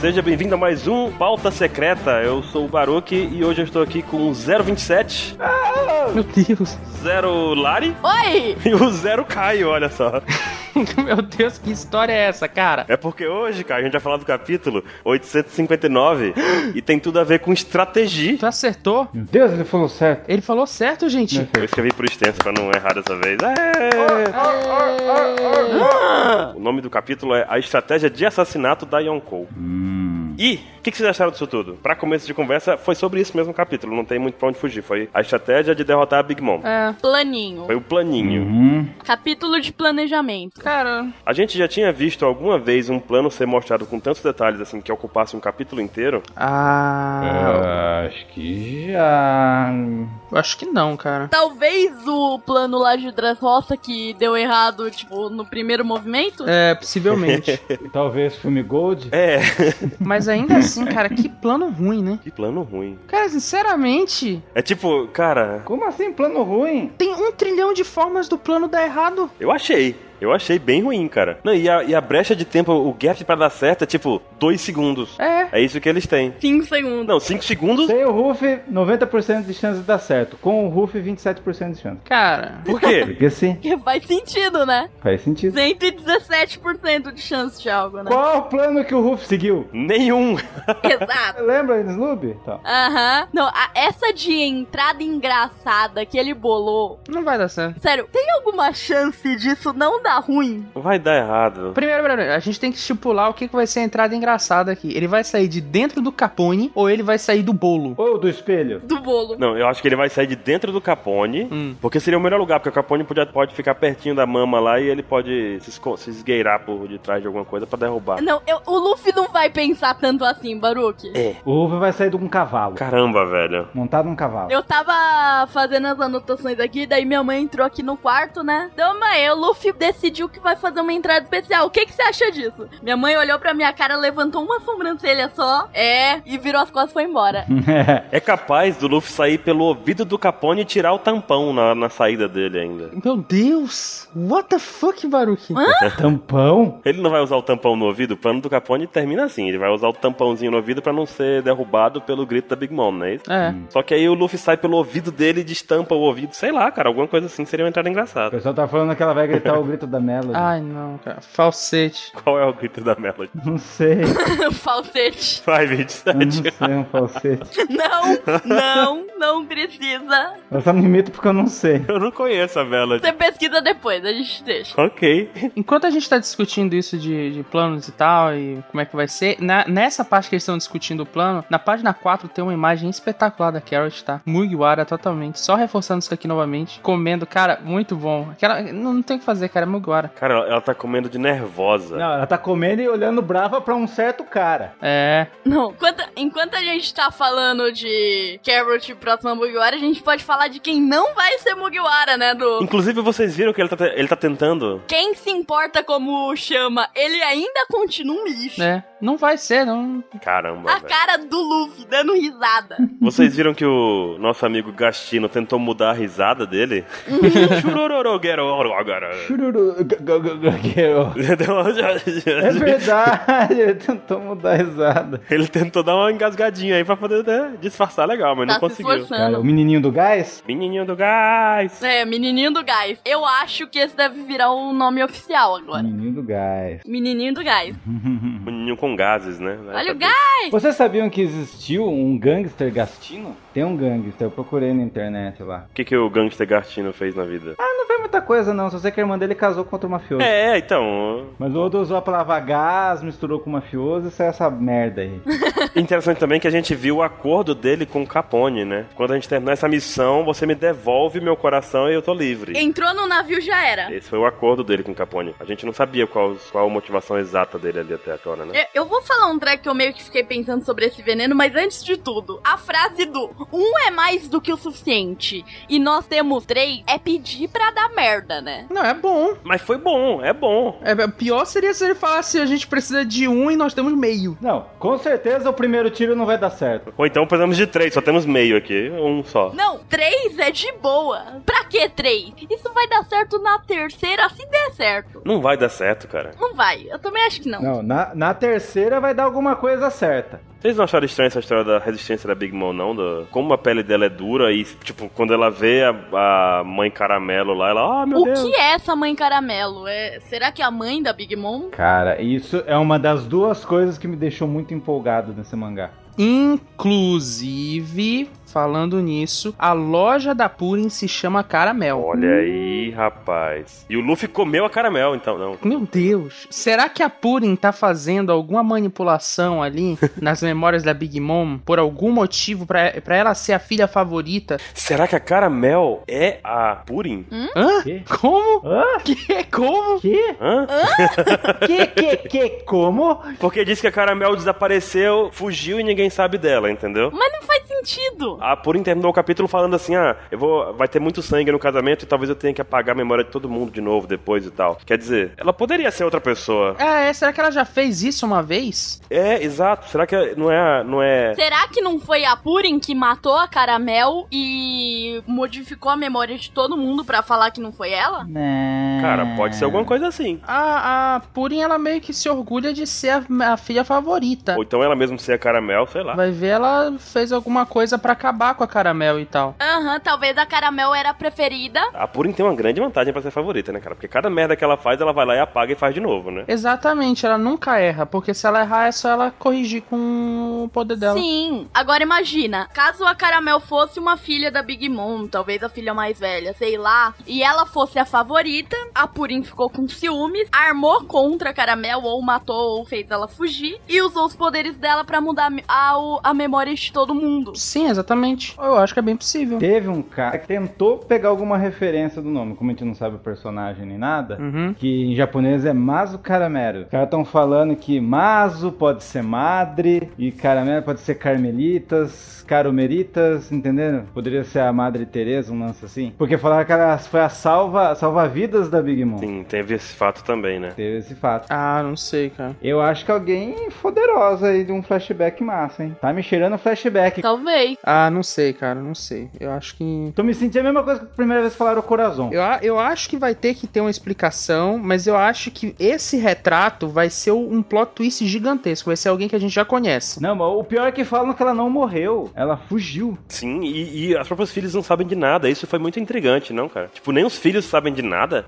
Seja bem-vindo a mais um Pauta Secreta. Eu sou o Baruque e hoje eu estou aqui com o 027. Ah, Meu Deus. Zero Lari Oi! e o Zero Caio, olha só. Meu Deus, que história é essa, cara? É porque hoje, cara, a gente vai falar do capítulo 859 e tem tudo a ver com estratégia. Tu acertou? Meu Deus, ele falou certo. Ele falou certo, gente. Eu escrevi pro extenso pra não errar dessa vez. Aê! O nome do capítulo é A Estratégia de Assassinato da Yonkou. E o que, que vocês acharam disso tudo? Pra começo de conversa, foi sobre isso mesmo o capítulo, não tem muito pra onde fugir. Foi a estratégia de derrotar a Big Mom. É, Planinho. Foi o planinho. Capítulo de planejamento. cara, A gente já tinha visto alguma vez um plano ser mostrado com tantos detalhes assim que ocupasse um capítulo inteiro. Ah, Ah, acho que já. eu acho que não, cara. Talvez o plano lá de Dressrosa que deu errado, tipo, no primeiro movimento. É, possivelmente. Talvez filme Gold. É, Mas ainda assim, cara, que plano ruim, né? que plano ruim. Cara, sinceramente, É tipo, cara, Como assim, plano ruim? tem um trilhão de formas do plano dar errado. eu achei. Eu achei bem ruim, cara. Não, e a, e a brecha de tempo, o gap pra dar certo é tipo dois segundos. É. É isso que eles têm. 5 segundos. Não, cinco segundos? Sem o Ruff, 90% de chance de dar certo. Com o Ruff, 27% de chance. Cara, Por quê? Porque sim, Que faz sentido, né? faz sentido. 117% de chance de algo, né? Qual o plano que o Ruff seguiu? Nenhum. Exato. Lembra aí no Sloob? Tá. Aham. Não, a- essa de entrada engraçada que ele bolou. não vai dar certo. Sério, tem alguma chance disso não dar ruim? Vai dar errado. Primeiro, primeiro, a gente tem que estipular o que que vai ser a entrada engraçada aqui. Ele vai sair de dentro do capone ou ele vai sair do bolo? Ou do espelho? Do bolo. Não, eu acho que ele vai sair de dentro do Capone. Hum. Porque seria o melhor lugar, porque o Capone podia- pode ficar pertinho da mama lá e ele pode se, esco- se esgueirar por detrás de alguma coisa pra derrubar. Não, eu- o Luffy não vai pensar tanto assim, Baruque. O Ruff vai sair de um cavalo. Caramba, velho. Montado num cavalo. Eu tava fazendo as anotações aqui, daí minha mãe entrou aqui no quarto, né? Então, mãe, o Luffy decidiu que vai fazer uma entrada especial. O que, que você acha disso? Minha mãe olhou pra minha cara, levantou uma sobrancelha só, é, e virou as costas e foi embora. É capaz do Luffy sair pelo ouvido do Capone e tirar o tampão na, na saída dele ainda. Meu Deus! What the fuck, Baruki? Tampão? Ele não vai usar o tampão no ouvido, o plano do Capone termina assim. Ele vai usar o tampãozinho no ouvido pra não ser derrubado pelo grito da Big Mom, não é isso? É. Só que aí o Luffy sai pelo ouvido dele e destampa o ouvido. Sei lá, cara, alguma coisa assim seria uma entrada O engraçada. pessoal tá falando que ela vai gritar o grito da Melody. Ai, não, cara. Falsete. Qual é o grito da Melody? Não sei. Falsete. Vai, Eu não 27. sei um falsete. Não, não, não precisa. Eu só não imito porque eu não sei. Eu não conheço a Melody. Você pesquisa depois, a gente deixa. Ok. Enquanto a gente tá discutindo isso de, de planos e tal, e como é que vai ser, na- nessa parte que eles estão discutindo o plano, na página 4 tem uma imagem espetacular da Carrot, tá? Mugiwara totalmente, só reforçando isso aqui novamente, comendo, cara, muito bom. Aquela, não, não tem o que fazer, cara, é Mugiwara. Cara, ela tá comendo de nervosa. Não, ela tá comendo e olhando brava pra um certo cara. É, Não, enquanto, enquanto a gente tá falando de Carrot próxima Mugiwara, a gente pode falar de quem não vai ser Mugiwara, né? Do Inclusive, vocês viram que ele tá, te- ele tá tentando? Quem se importa como chama, ele ainda continua um lixo. né? Não vai ser, não. Caramba, A velho. cara do Luffy dando risada. Vocês viram que o nosso amigo Gastino tentou mudar a risada dele? Churororo, gueroro, agora. Chururu. g- g- g- g- É verdade, ele tentou mudar a risada. Ele tentou dar uma engasgadinha aí pra poder né, disfarçar legal, mas tá não se conseguiu. Cara, o esforçando. menininho do gás? Menininho do gás. É, menininho do gás. Eu acho que esse deve virar um nome oficial agora. Menininho do gás. Menininho do gás. Hum. Menininho com gases, né? Olha o gás. gás! Vocês sabiam que existiu um gangster gastino? Tem um gangster, eu procurei na internet lá. O que, que o gangster Gastino fez na vida? Não foi muita coisa não, só sei que a irmã dele casou contra o mafioso. É, então. Mas o Oda usou a palavra gás, misturou com o mafioso e saiu essa merda aí. Interessante também é que a gente viu o acordo dele com o Capone, né? Quando a gente terminar essa missão, você me devolve meu coração e eu tô livre. Entrou no navio já era. Esse foi o acordo dele com o Capone. A gente não sabia qual, qual a motivação exata dele ali até agora, né? Eu- Eu vou falar um track que eu meio que fiquei pensando sobre esse veneno, mas antes de tudo, a frase do um é mais do que o suficiente e nós temos três é pedir pra dar merda, né? Não, é bom. Mas foi bom, é bom. É, é, pior seria se ele falasse a gente precisa de um e nós temos meio. Não, com certeza o primeiro tiro não vai dar certo. Ou então precisamos de três, só temos meio aqui, um só. Não, três é de boa. Pra que três? Isso vai dar certo na terceira se der certo. Não vai dar certo, cara. Não vai, eu também acho que não. Não, na, na terceira vai dar alguma coisa certa. Vocês não acharam estranha essa história da resistência da Big Mom, não? Da... Como a pele dela é dura e, tipo, quando ela vê a, a mãe caramelo lá, ela, ah, meu o Deus. que é essa mãe caramelo? É... Será que é a mãe da Big Mom? Cara, isso é uma das duas coisas que me deixou muito empolgado nesse mangá. Inclusive, falando nisso, a loja da Purim se chama Caramel. Olha aí, rapaz. E o Luffy comeu a caramel, então, não. Meu Deus. Será que a Purim tá fazendo alguma manipulação ali nas memórias da Big Mom por algum motivo pra pra ela ser a filha favorita? Será que a caramel é a Purim? Hã? Quê? Como? Hã? Que? é? Como? Que? Hã? Que, que, que, como? Porque diz que a caramel desapareceu, fugiu e ninguém sabe dela, entendeu? Mas não faz sentido. A Purim terminou o capítulo falando assim: ah, eu vou. Vai ter muito sangue no casamento e talvez eu tenha que apagar a memória de todo mundo de novo depois e tal. Quer dizer, ela poderia ser outra pessoa. É, será que ela já fez isso uma vez? É, exato. Será que não é. Não é... Será que não foi a Purim que matou a Caramel e modificou a memória de todo mundo pra falar que não foi ela? Cara, pode ser alguma coisa assim. A, a Purim, ela meio que se orgulha de ser a, a filha favorita. Ou então ela mesmo ser a caramel, sei lá. Vai ver, ela fez alguma coisa pra acabar com a Caramel e tal. Aham, talvez a Caramel era a preferida. A Purim tem uma grande vantagem pra ser favorita, né, cara? Porque cada merda que ela faz, ela vai lá e apaga e faz de novo, né? Exatamente, ela nunca erra, porque se ela errar é só ela corrigir com o poder dela. Sim. Agora imagina, caso a Caramel fosse uma filha da Big Mom, talvez a filha mais velha, sei lá, e ela fosse a favorita, a Purim ficou com ciúmes, armou contra a Caramel, ou matou, ou fez ela fugir, e usou os poderes dela pra mudar a, a, a memória de todo mundo. Sim, exatamente. Eu acho que é bem possível. Teve um cara que tentou pegar alguma referência do nome, como a gente não sabe o personagem nem nada, Hum. Uhum. que em japonês é Mazu Caramelo. Os caras estão falando que Mazu pode ser madre, e Caramelo pode ser Carmelitas, Caromeritas, entenderam? Poderia ser a Madre Teresa, um lance assim. Porque falaram que ela foi a salva, salva-vidas da Big Mom. Sim, teve esse fato também, né? Teve esse fato. Ah, não sei, cara. Eu acho que alguém poderosa aí de um flashback massa, hein? Tá me cheirando flashback. Talvez. Ah, não sei, cara, não sei. Eu acho que. Tô me sentindo a mesma coisa que a primeira vez que falaram o coração. Eu, a- eu acho que vai ter que ter uma explicação, mas eu acho que esse retrato vai ser um plot twist gigantesco. Vai ser alguém que a gente já conhece. Não, mas o pior é que falam que ela não morreu. Ela fugiu. Sim, e, e as próprias filhas não sabem de nada. Isso foi muito intrigante, não, cara? Tipo, nem os filhos sabem de nada.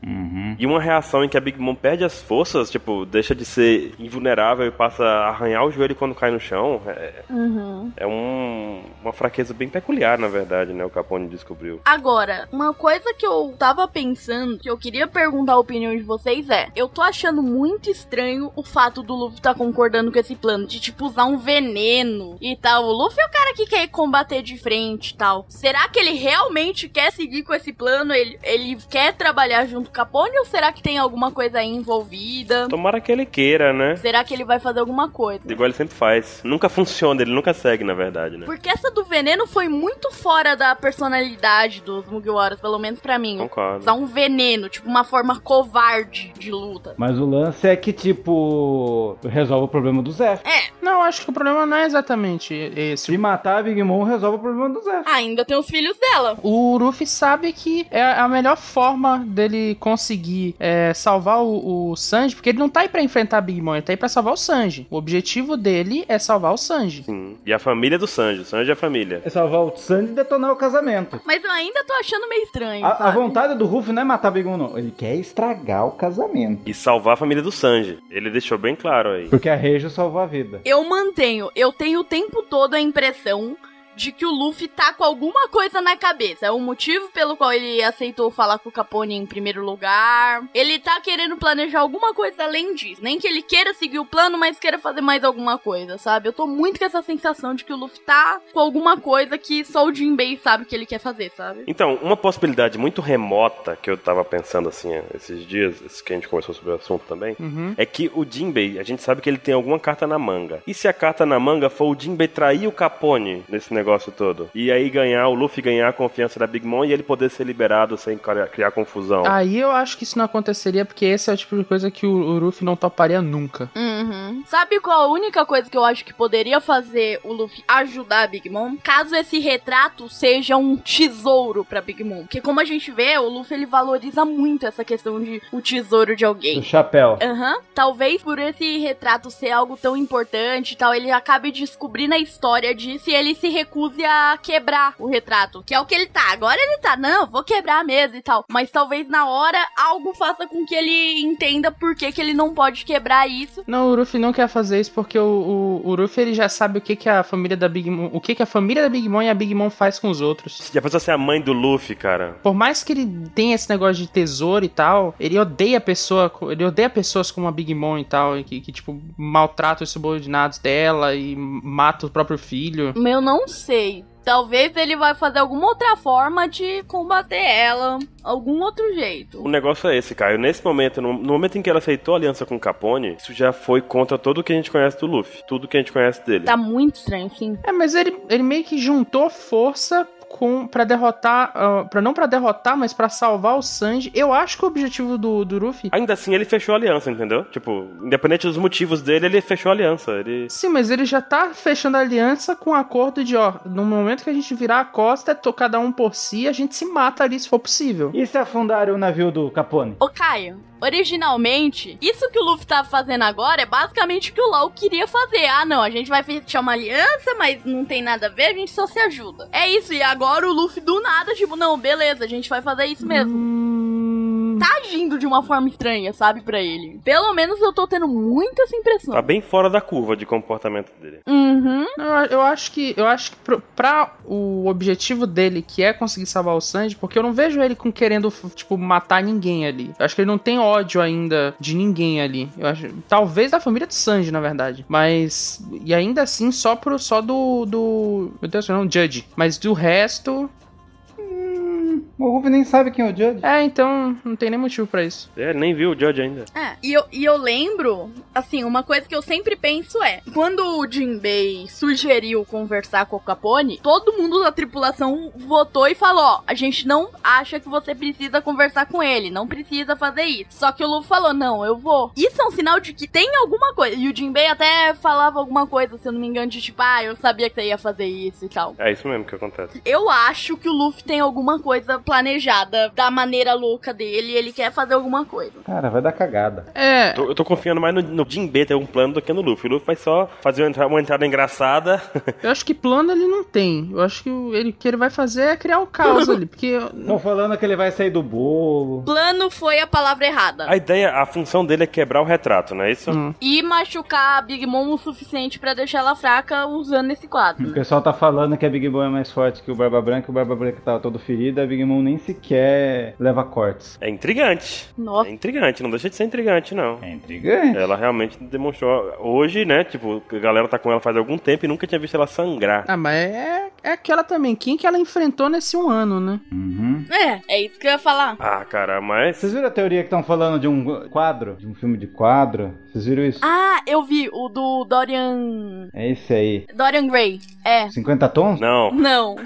E uma reação em que a Big Mom perde as forças, tipo, deixa de ser invulnerável e passa a arranhar o joelho quando cai no chão. É, Uhum. é um- uma fraqueza bem peculiar, na verdade, né? O Capone descobriu. Agora, uma coisa que eu tava pensando, que eu queria perguntar a opinião de vocês é: eu tô achando muito estranho o fato do Luffy tá concordando com esse plano de, tipo, usar um veneno e tal. O Luffy é o cara que quer combater de frente e tal. Será que ele realmente quer seguir com esse plano? Ele, ele quer trabalhar junto com o Capone ou será que tem alguma coisa aí envolvida? Tomara que ele queira, né? Será que ele vai fazer alguma coisa? Igual ele sempre faz. Nunca funciona, ele nunca segue, na verdade, né? Porque essa do veneno foi muito fora da personalidade dos Mugiwaras, pelo menos pra mim. Concordo. usar um veneno, tipo uma forma covarde de luta. Mas o lance é que, tipo, resolve o problema do Zé. Não, eu acho que o problema não é exatamente esse. Se matar a Big Mom, resolve o problema do Zé. Ah, Ainda tem os filhos dela. O Luffy sabe que é a melhor forma dele conseguir é, salvar o, o Sanji, porque ele não tá aí pra enfrentar a Big Mom, ele tá aí pra salvar o Sanji. O objetivo dele é salvar o Sanji. Sim. E a família do Sanji. O Sanji é a família. É salvar o Sandy e detonar o casamento. Mas eu ainda tô achando meio estranho. A, a sabe? vontade do Ruff não é matar a Big Mom, não. Ele quer estragar o casamento. E salvar a família do Sanji. Ele deixou bem claro aí. Porque a Reija salvou a vida. Eu mantenho, eu tenho o tempo todo a impressão de que o Luffy tá com alguma coisa na cabeça. É o motivo pelo qual ele aceitou falar com o Capone em primeiro lugar. Ele tá querendo planejar alguma coisa além disso. Nem que ele queira seguir o plano, mas queira fazer mais alguma coisa, sabe? Eu tô muito com essa sensação de que o Luffy tá com alguma coisa que só o Jinbei sabe que ele quer fazer, sabe? Então, uma possibilidade muito remota que eu tava pensando assim esses dias, esse que a gente conversou sobre o assunto também, Uhum. é que o Jinbei, a gente sabe que ele tem alguma carta na manga. E se a carta na manga for o Jinbei trair o Capone nesse negócio todo. E aí ganhar, o Luffy ganhar a confiança da Big Mom e ele poder ser liberado sem criar criar confusão. Aí eu acho que isso não aconteceria, porque esse é o tipo de coisa que o, o Ruffy não toparia nunca. Uhum. Sabe qual a única coisa que eu acho que poderia fazer o Luffy ajudar a Big Mom? Caso esse retrato seja um tesouro pra Big Mom. Porque como a gente vê, o Luffy ele valoriza muito essa questão de o tesouro de Do alguém. chapéu. Aham. Talvez por esse retrato ser algo tão importante e tal, ele acabe descobrindo a história disso e ele se recuse a quebrar o retrato. Que é o que ele tá. Agora ele tá, não, vou quebrar mesmo e tal. Mas talvez na hora algo faça com que ele entenda por que, que ele não pode quebrar isso. Não, o Ruffy não quer fazer isso porque o, o, o Ruffy ele já sabe o que, que a família da Big Mom, o que, que a família da Big Mom e a Big Mom faz com os outros. Já pensou ser a mãe do Luffy, cara? Por mais que ele tenha esse negócio de tesouro e tal, ele odeia a pessoa, co- ele odeia pessoas como a Big Mom e tal, e que, que tipo maltrata os subordinados dela e mata o próprio filho. Eu não sei. Talvez ele vai fazer alguma outra forma de combater ela, algum outro jeito. O negócio é esse, Caio. Nesse momento, no no momento em que ela aceitou a aliança com o Capone, isso já foi contra tudo que a gente conhece do Luffy. Tudo que a gente conhece dele. Tá muito estranho, sim. É, mas ele, ele meio que juntou força com para derrotar, ah, pra não pra derrotar, mas pra salvar o Sanji. Eu acho que o objetivo do, do Ruffy Ainda assim, ele fechou a aliança, entendeu? Tipo, independente dos motivos dele, ele fechou a aliança. Ele... Sim, mas ele já tá fechando a aliança com o acordo de, ó, no momento que a gente virar a costa, é to- cada um por si, a gente se mata ali se for possível. E se afundar o navio do Capone? Ô Caio, originalmente, isso que o Luffy tá fazendo agora é basicamente o que o LOL queria fazer. Ah, não, a gente vai fechar uma aliança, mas não tem nada a ver, a gente só se ajuda. É isso, e agora o Luffy do nada, tipo, não, beleza, a gente vai fazer isso mesmo. Hum, Tá agindo de uma forma estranha, sabe, pra ele. Pelo menos eu tô tendo muito essa impressão. Tá bem fora da curva de comportamento dele. Uhum. eu, a- eu acho que eu acho que pro- pra o objetivo dele, que é conseguir salvar o Sanji, porque eu não vejo ele com querendo f- tipo matar ninguém ali. Eu acho que ele não tem ódio ainda de ninguém ali. Eu acho, talvez da família do Sanji, na verdade, mas e ainda assim só pro só do do meu Deus, não, Judge, mas do resto, O Ruffy nem sabe quem é o Judge. é, então não tem nem motivo pra isso. É, ele nem viu o Judge ainda. É, e eu, e eu lembro, assim, uma coisa que eu sempre penso é: quando o Jinbei sugeriu conversar com o Capone, todo mundo da tripulação votou e falou: ó, a gente não acha que você precisa conversar com ele, não precisa fazer isso. Só que o Luffy falou: não, eu vou. Isso é um sinal de que tem alguma coisa. E o Jinbei até falava alguma coisa, se eu não me engano, de tipo, ah, eu sabia que você ia fazer isso e tal. É isso mesmo que acontece. Eu acho que o Luffy tem alguma coisa planejada da maneira louca dele, ele quer fazer alguma coisa. Cara, vai dar cagada. É, Tô- eu tô confiando mais no, no Jinbei ter um plano do que no Luffy. O Luffy vai só fazer uma entrada, uma entrada engraçada. Eu acho que plano ele não tem. Eu acho que o ele, o que ele vai fazer é criar o caos ali. Porque. Estão falando que ele vai sair do bolo. Plano foi a palavra errada. A ideia, a função dele é quebrar o retrato, não é isso? Hum. E machucar a Big Mom o suficiente pra deixar ela fraca usando esse quadro. O né? pessoal tá falando que a Big Mom é mais forte que o Barba Branca, o Barba Branca tá todo ferido, a Big Mom nem sequer leva cortes. É intrigante. É Nossa. intrigante, não deixa de ser intrigante, não. É intrigante. Ela realmente demonstrou. Hoje, né? Tipo, a galera tá com ela faz algum tempo e nunca tinha visto ela sangrar. Ah, mas é, é aquela também. Quem que ela enfrentou nesse um ano, né? Uhum. É, é isso que eu ia falar. Ah, cara, mas. Vocês viram a teoria que estão falando de um quadro? De um filme de quadro? Vocês viram isso? Ah, eu vi o do Dorian. É esse aí. Dorian Gray. É. 50 tons? Não. Não.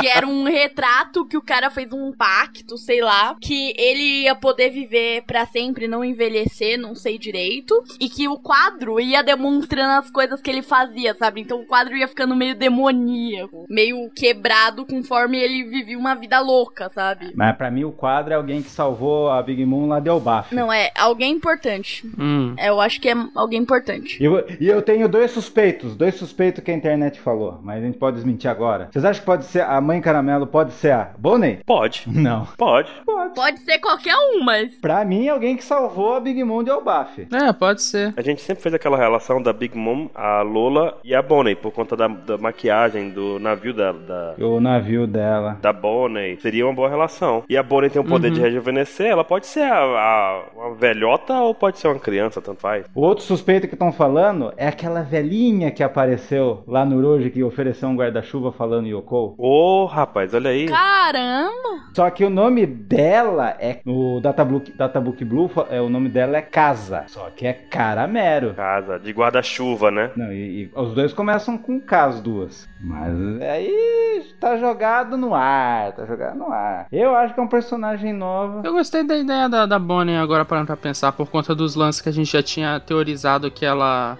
que era um retrato que o cara fez um pacto, sei lá, que ele ia poder viver pra sempre, não envelhecer, não sei direito, e que o quadro ia demonstrando as coisas que ele fazia, sabe? Então o quadro ia ficando meio demoníaco, meio quebrado conforme ele vivia uma vida louca, sabe? Mas pra mim o quadro é alguém que salvou a Big Mom lá de Elbaf. Não, é alguém importante. Hum. É, Eu acho que é alguém importante. E eu, e eu tenho dois suspeitos, dois suspeitos que a internet falou, mas a gente pode desmentir agora. Vocês acham que pode ser a mãe caramelo, pode ser a Bonnie? Pode. Não. Pode. Pode ser qualquer um, mas. Pra mim, é alguém que salvou a Big Mom de Elbaf. É, pode ser. A gente sempre fez aquela relação da Big Mom, a Lola e a Bonnie, por conta da, da maquiagem, do navio da, da, O navio dela. da Bonnie. Seria seria uma boa relação. E a Boren tem o poder Uhum. de rejuvenescer, ela pode ser a, a- uma velhota ou pode ser uma criança, tanto faz. O outro suspeito que estão falando é aquela velhinha que apareceu lá no Uroji que ofereceu um guarda-chuva falando Yoko. Ô, rapaz, olha aí. Caramba! Só que o nome dela é. No Databook, Databook Blue, fa- é, o nome dela é Casa. Só que é Caramero. Casa, de guarda-chuva, né? Não, e, e os dois começam com K, as duas. Mas aí tá jogado no ar, tá jogado no ar. Eu acho que é um personagem novo. Eu gostei da ideia da, da Bonnie agora parando pra pensar, por conta dos lances que a gente já tinha teorizado que ela.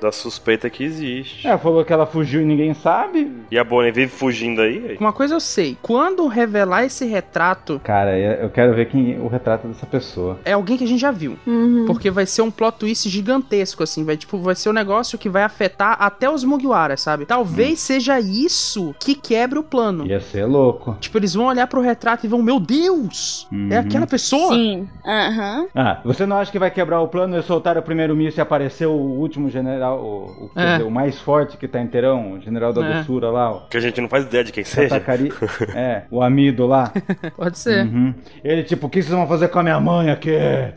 Da suspeita que existe. Ela É, falou que ela fugiu e ninguém sabe. E a Bonnie vive fugindo aí? Uma coisa eu sei, quando revelar esse retrato, Cara, eu eu quero ver quem o retrato dessa pessoa. é alguém que a gente já viu. Hum. Porque vai ser um plot twist gigantesco, assim. Vai, tipo, vai ser um negócio que vai afetar até os Mugiwaras, sabe? Talvez Hum. seja isso que quebra o plano. Ia ser louco. Tipo, eles vão olhar pro retrato e vão, meu Deus! Uhum. É aquela pessoa? Sim. Aham. Ah, você não acha que vai quebrar o plano e soltar o primeiro míssil e aparecer o último general, o, o- quer É. dizer, o mais forte que tá inteirão, o general da É. doçura lá, o Que a gente não faz ideia de quem seja. Katakari, é, o amido lá. Pode ser. Uhum. Ele tipo, o que vocês vão fazer com a minha mãe aqui?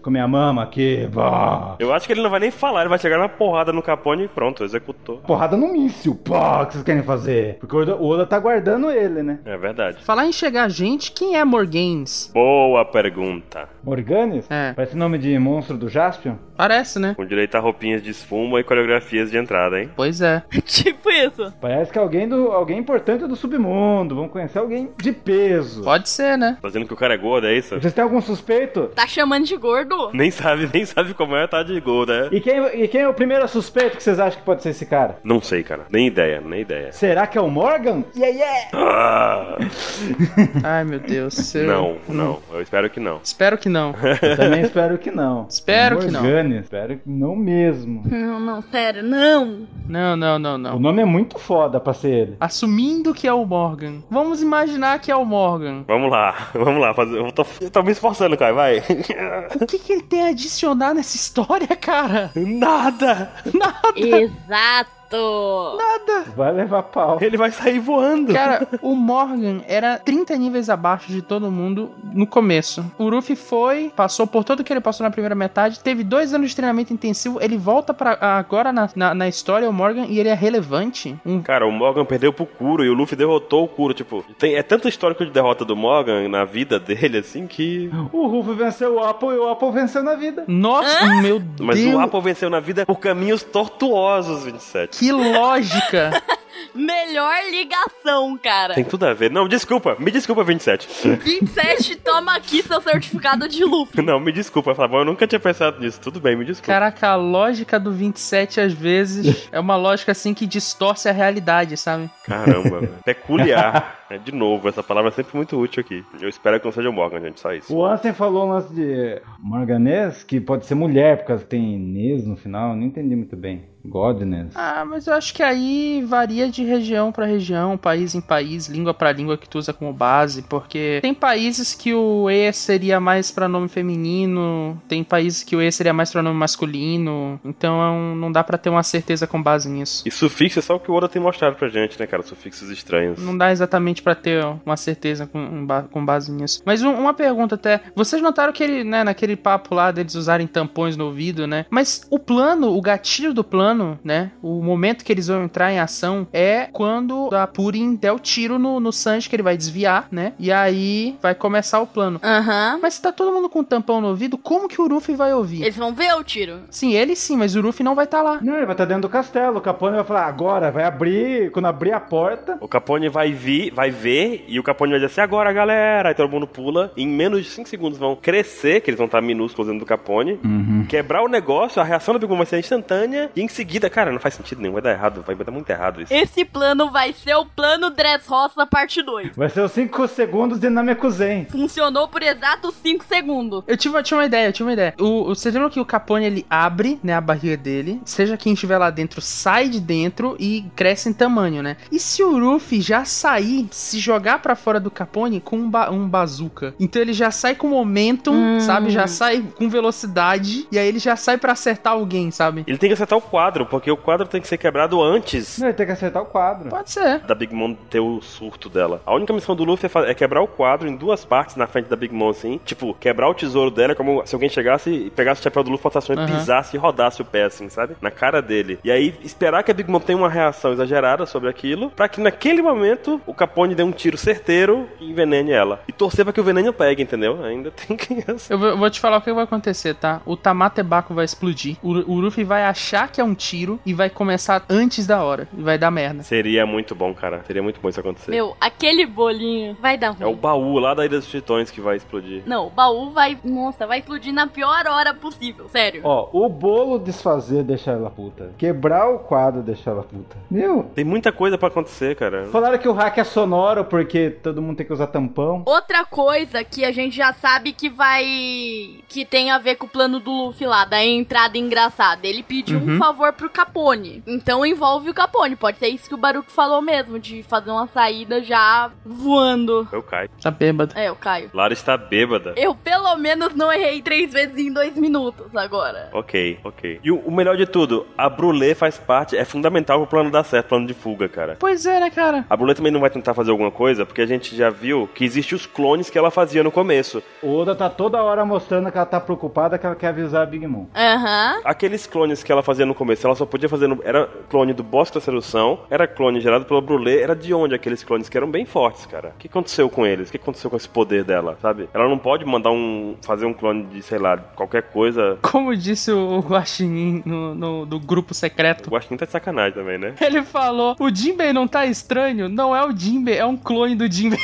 Com a minha mama aqui? Bah. Eu acho que ele não vai nem falar, ele vai chegar na porrada no Capone e pronto, executou. Porrada no míssil, pá, o que vocês querem fazer? Porque o Oda, o Oda tá guardando ele, né? É verdade. Falar em chegar gente, quem é Morgaines? Boa pergunta. Morganis? É. Parece nome de monstro do Jaspion? Parece, né? Com direito a roupinhas de esfuma e coreografias de entrada, hein? Pois é. tipo isso. Parece que é alguém do, alguém importante do submundo, vamos conhecer alguém de peso. Pode ser, né? Fazendo que o cara é gordo, é isso? Vocês têm algum suspeito? Tá chamando de gordo? Nem sabe, nem sabe como é tá de gordo, né? E quem, e quem é o primeiro suspeito que vocês acham que pode ser esse cara? Não sei, cara. Nem ideia, nem ideia. Será que é o Morgan? Yeah, yeah! Ah, Ai, meu Deus. seu- não, não. Eu espero que não. Espero que não. Eu também espero que não. Espero que não. Morgane, espero que não mesmo. Não, não, sério, não. Não, não, não, O não. nome é muito foda pra ser ele. Assumindo que é o Morgan. Vamos imaginar que é o Morgan. Vamos lá, vamos lá. Fazer... Eu, tô... eu tô me esforçando, cara, vai. O que, que ele tem a adicionar nessa história, cara? Nada! Exato. Vai levar pau. Ele vai sair voando. Cara, o Morgan era 30 níveis abaixo de todo mundo no começo. O Ruffy foi, passou por tudo que ele passou na primeira metade, teve dois anos de treinamento intensivo, ele volta para agora na, na, na história, o Morgan, e ele é relevante. Um Cara, o Morgan perdeu pro Kuro e o Luffy derrotou o Kuro. Tipo, tem, é tanto histórico de derrota do Morgan na vida dele, assim, que... O Ruffy venceu o Apple e o Apple venceu na vida. Nossa, meu Mas Deus! o Apple venceu na vida por caminhos tortuosos, 27. Que lógica! Melhor ligação, cara. Tem tudo a ver. Não, desculpa. Me desculpa, 27. 27, toma aqui seu certificado de Luffy. Não, me desculpa, Flavão. Eu nunca tinha pensado nisso. Tudo bem, me desculpa. Caraca, a lógica do 27 às vezes é uma lógica assim que distorce a realidade, sabe? Caramba, velho. Peculiar. É, de novo, essa palavra é sempre muito útil aqui. Eu espero que não seja o Morgan, gente. Só isso. O Ansem falou um lance de Morganês, que pode ser mulher, por causa que tem Inês no final. Não entendi muito bem. Godness. Ah, mas eu acho que aí varia de região pra região, país em país, língua pra língua que tu usa como base, porque tem países que o E seria mais pra nome feminino, tem países que o E seria mais pra nome masculino, então é um- não dá pra ter uma certeza com base nisso. E sufixo é só o que o Oda tem mostrado pra gente, né, cara? Sufixos estranhos. Não dá exatamente pra ter uma certeza com, um ba- com base nisso. Mas um- uma pergunta até. Vocês notaram que ele, né, naquele papo lá deles usarem tampões no ouvido, né? Mas o plano, o gatilho do plano, né? O momento que eles vão entrar em ação é quando a Purim der o tiro no, no Sanji, que ele vai desviar, né? E aí vai começar o plano. Aham. Mas se tá todo mundo com tampão no ouvido, como que o Ruffy vai ouvir? Eles vão ver o tiro. Sim, ele sim, mas o Ruffy não vai estar lá. Não, ele vai estar dentro do castelo. O Capone vai falar agora, vai abrir. Quando abrir a porta, O Capone vai vir, vai ver, e o Capone vai dizer assim, agora, galera! Aí todo mundo pula. E em menos de 5 segundos vão crescer, que eles vão estar minúsculos dentro do Capone. Quebrar o negócio, a reação do Big Mom vai ser instantânea. E em seguida, cara, não faz sentido nenhum. Vai dar errado, vai dar muito errado isso. Esse plano vai ser o plano Dress Roça parte 2. vai ser os 5 segundos de Namekuzen. Funcionou por exatos 5 segundos. Eu tive, eu tinha uma ideia, eu tinha uma ideia. O, o- vocês lembram que o Capone ele abre, né, a barriga dele, seja quem estiver lá dentro, sai de dentro e cresce em tamanho, né? E se o Ruffy já sair, se jogar pra fora do Capone com um, ba um bazuca? Então ele já sai com momentum, Hum. sabe? Já sai com velocidade, e aí ele já sai pra acertar alguém, sabe? Ele tem que acertar o quadro, porque o quadro tem que ser quebrado antes. Não, ele tem que acertar o quadro. Pode ser. Da Big Mom ter o surto dela. A única missão do Luffy é, fa- é quebrar o quadro em duas partes na frente da Big Mom, assim. Tipo, quebrar o tesouro dela, como se alguém chegasse e pegasse o chapéu do Luffy, botasse uhum. Aham. pisasse e rodasse o pé, assim, sabe? Na cara dele. E aí, esperar que a Big Mom tenha uma reação exagerada sobre aquilo, pra que naquele momento o Capone dê um tiro certeiro e envenene ela. E torcer pra que o veneno pegue, entendeu? Ainda tem que. Eu vou, eu vou te falar o que vai acontecer, tá? O Tamatebaco vai explodir. O, o Luffy vai achar que é um tiro e vai começar antes da hora. E vai dar merda. Seria muito bom, cara. Seria muito bom isso acontecer. Meu, aquele bolinho vai dar ruim. É o baú lá da Ilha dos Titões que vai explodir. Não, o baú vai. Nossa, vai explodir na pior hora possível, sério. Ó, o bolo desfazer deixar ela puta. Quebrar o quadro deixar ela puta. Meu, Tem muita coisa pra acontecer, cara. falaram que o hack é sonoro porque todo mundo tem que usar tampão. Outra coisa que a gente já sabe que vai. que tem a ver com o plano do Luffy lá, da entrada engraçada. Ele pediu um Uhum. favor pro Capone. Então envolve o Capone. Pode ser isso que o Baruco falou mesmo, de fazer uma saída já voando. Eu caio. Tá bêbado. É, eu caio. Lara está bêbada. Eu pelo menos não errei três vezes em dois minutos agora. Ok, ok. E o, o melhor de tudo, a Brulé faz parte, é fundamental pro plano dar certo, plano de fuga, cara. Pois é, né, cara? A Brulé também não vai tentar fazer alguma coisa, porque a gente já viu que existem os clones que ela fazia no começo. O Oda tá toda hora mostrando que ela tá preocupada que ela quer avisar a Big Mom. Aham. Aqueles clones que ela fazia no começo, ela só podia fazer no, Era clone do Boss da Sedução, era clone gerado pela Brulé, era de onde aqueles clones que eram bem fortes, cara. O que aconteceu com eles? O que aconteceu com esse poder dela, sabe? Ela não pode mandar um. fazer um clone de, sei lá, qualquer coisa. Como disse o o Guaxinim no, no- do grupo secreto. Eu acho que tá de sacanagem também, né? Ele falou: o Jinbei não tá estranho? Não é o Jinbei, é um clone do Jinbei.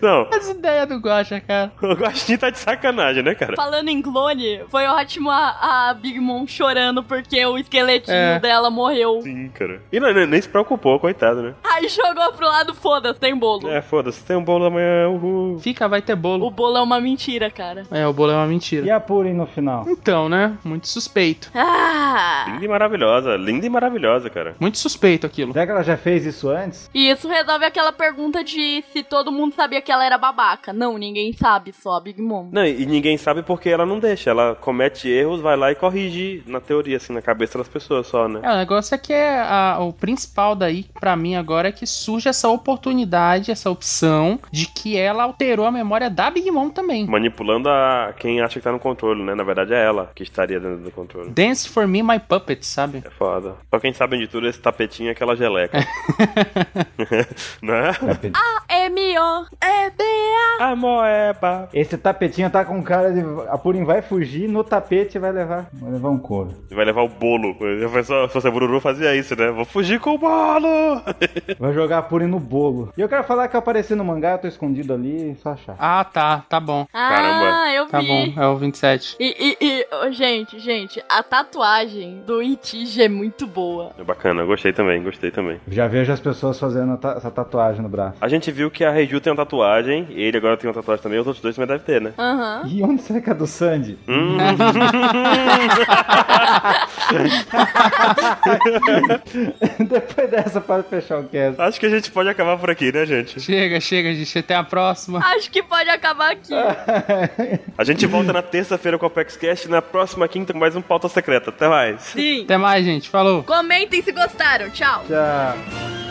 Não, As ideias do Guaxa, cara. o Guaxinim tá de sacanagem, né, cara? Falando em clone, foi ótimo a, a Big Mom chorando porque o esqueletinho É. dela morreu. Sim, cara. E não, nem, nem se preocupou, coitado, né? Aí jogou pro lado, foda-se, tem bolo. É, foda-se, tem um bolo amanhã, uhul. Fica, vai ter O bolo. bolo é uma mentira, cara. É, o bolo é uma E mentira. a Purim no final? Então, né? Muito suspeito. Ah! Linda e maravilhosa, linda e maravilhosa, cara. Muito suspeito aquilo. Será que ela já fez isso antes? E isso resolve aquela pergunta de se todo mundo sabia que ela era babaca. Não, ninguém sabe, só a Big Mom. Não, e e ninguém sabe porque ela não deixa. Ela comete erros, vai lá e corrige, na teoria, assim, na cabeça das pessoas só, né? É, o negócio é que é a- o principal daí, pra mim agora, é que surge essa oportunidade, essa opção de que ela alterou a memória da Big Mom também. Manipulando a quem acha que tá no controle, né? Na verdade é ela que estaria dentro do controle. Dance for me, my puppet, sabe? É foda. Só quem sabe de tudo esse tapetinho é aquela geleca. né? M-O-E-B-A. A moeba. Esse tapetinho tá com cara de. A Purim vai fugir, no tapete vai levar. Vai levar um couro. Vai levar o bolo. Já pensou, se fosse Bururu, fazia isso, né? Vou fugir com o bolo! Vai jogar a Purim no bolo. E eu quero falar que eu apareci no mangá, eu tô escondido ali, só achar. Ah, tá, tá bom. Ah, Caramba. eu vi. Tá bom, é o 27. E, e, e, ô, gente, gente, a tatuagem do Itij é muito boa. Bacana, gostei também, gostei também. Já vejo as pessoas fazendo ta- essa tatuagem no braço. A gente viu que a Reiju tem uma tatuagem, e ele agora tem uma tatuagem também, os outros dois também devem ter, né? Aham. E onde será que é do Sandy? Hum, Depois dessa, para fechar o cast. acho que a gente pode acabar por aqui, né, gente? Chega, chega, gente. Até a próxima. Acho que pode acabar aqui. Ah. A gente volta na terça-feira com o Apex Cast e na próxima quinta com mais um pauta secreta. Até mais. Sim. Até mais, gente. Falou. Comentem se gostaram. Tchau. Tchau.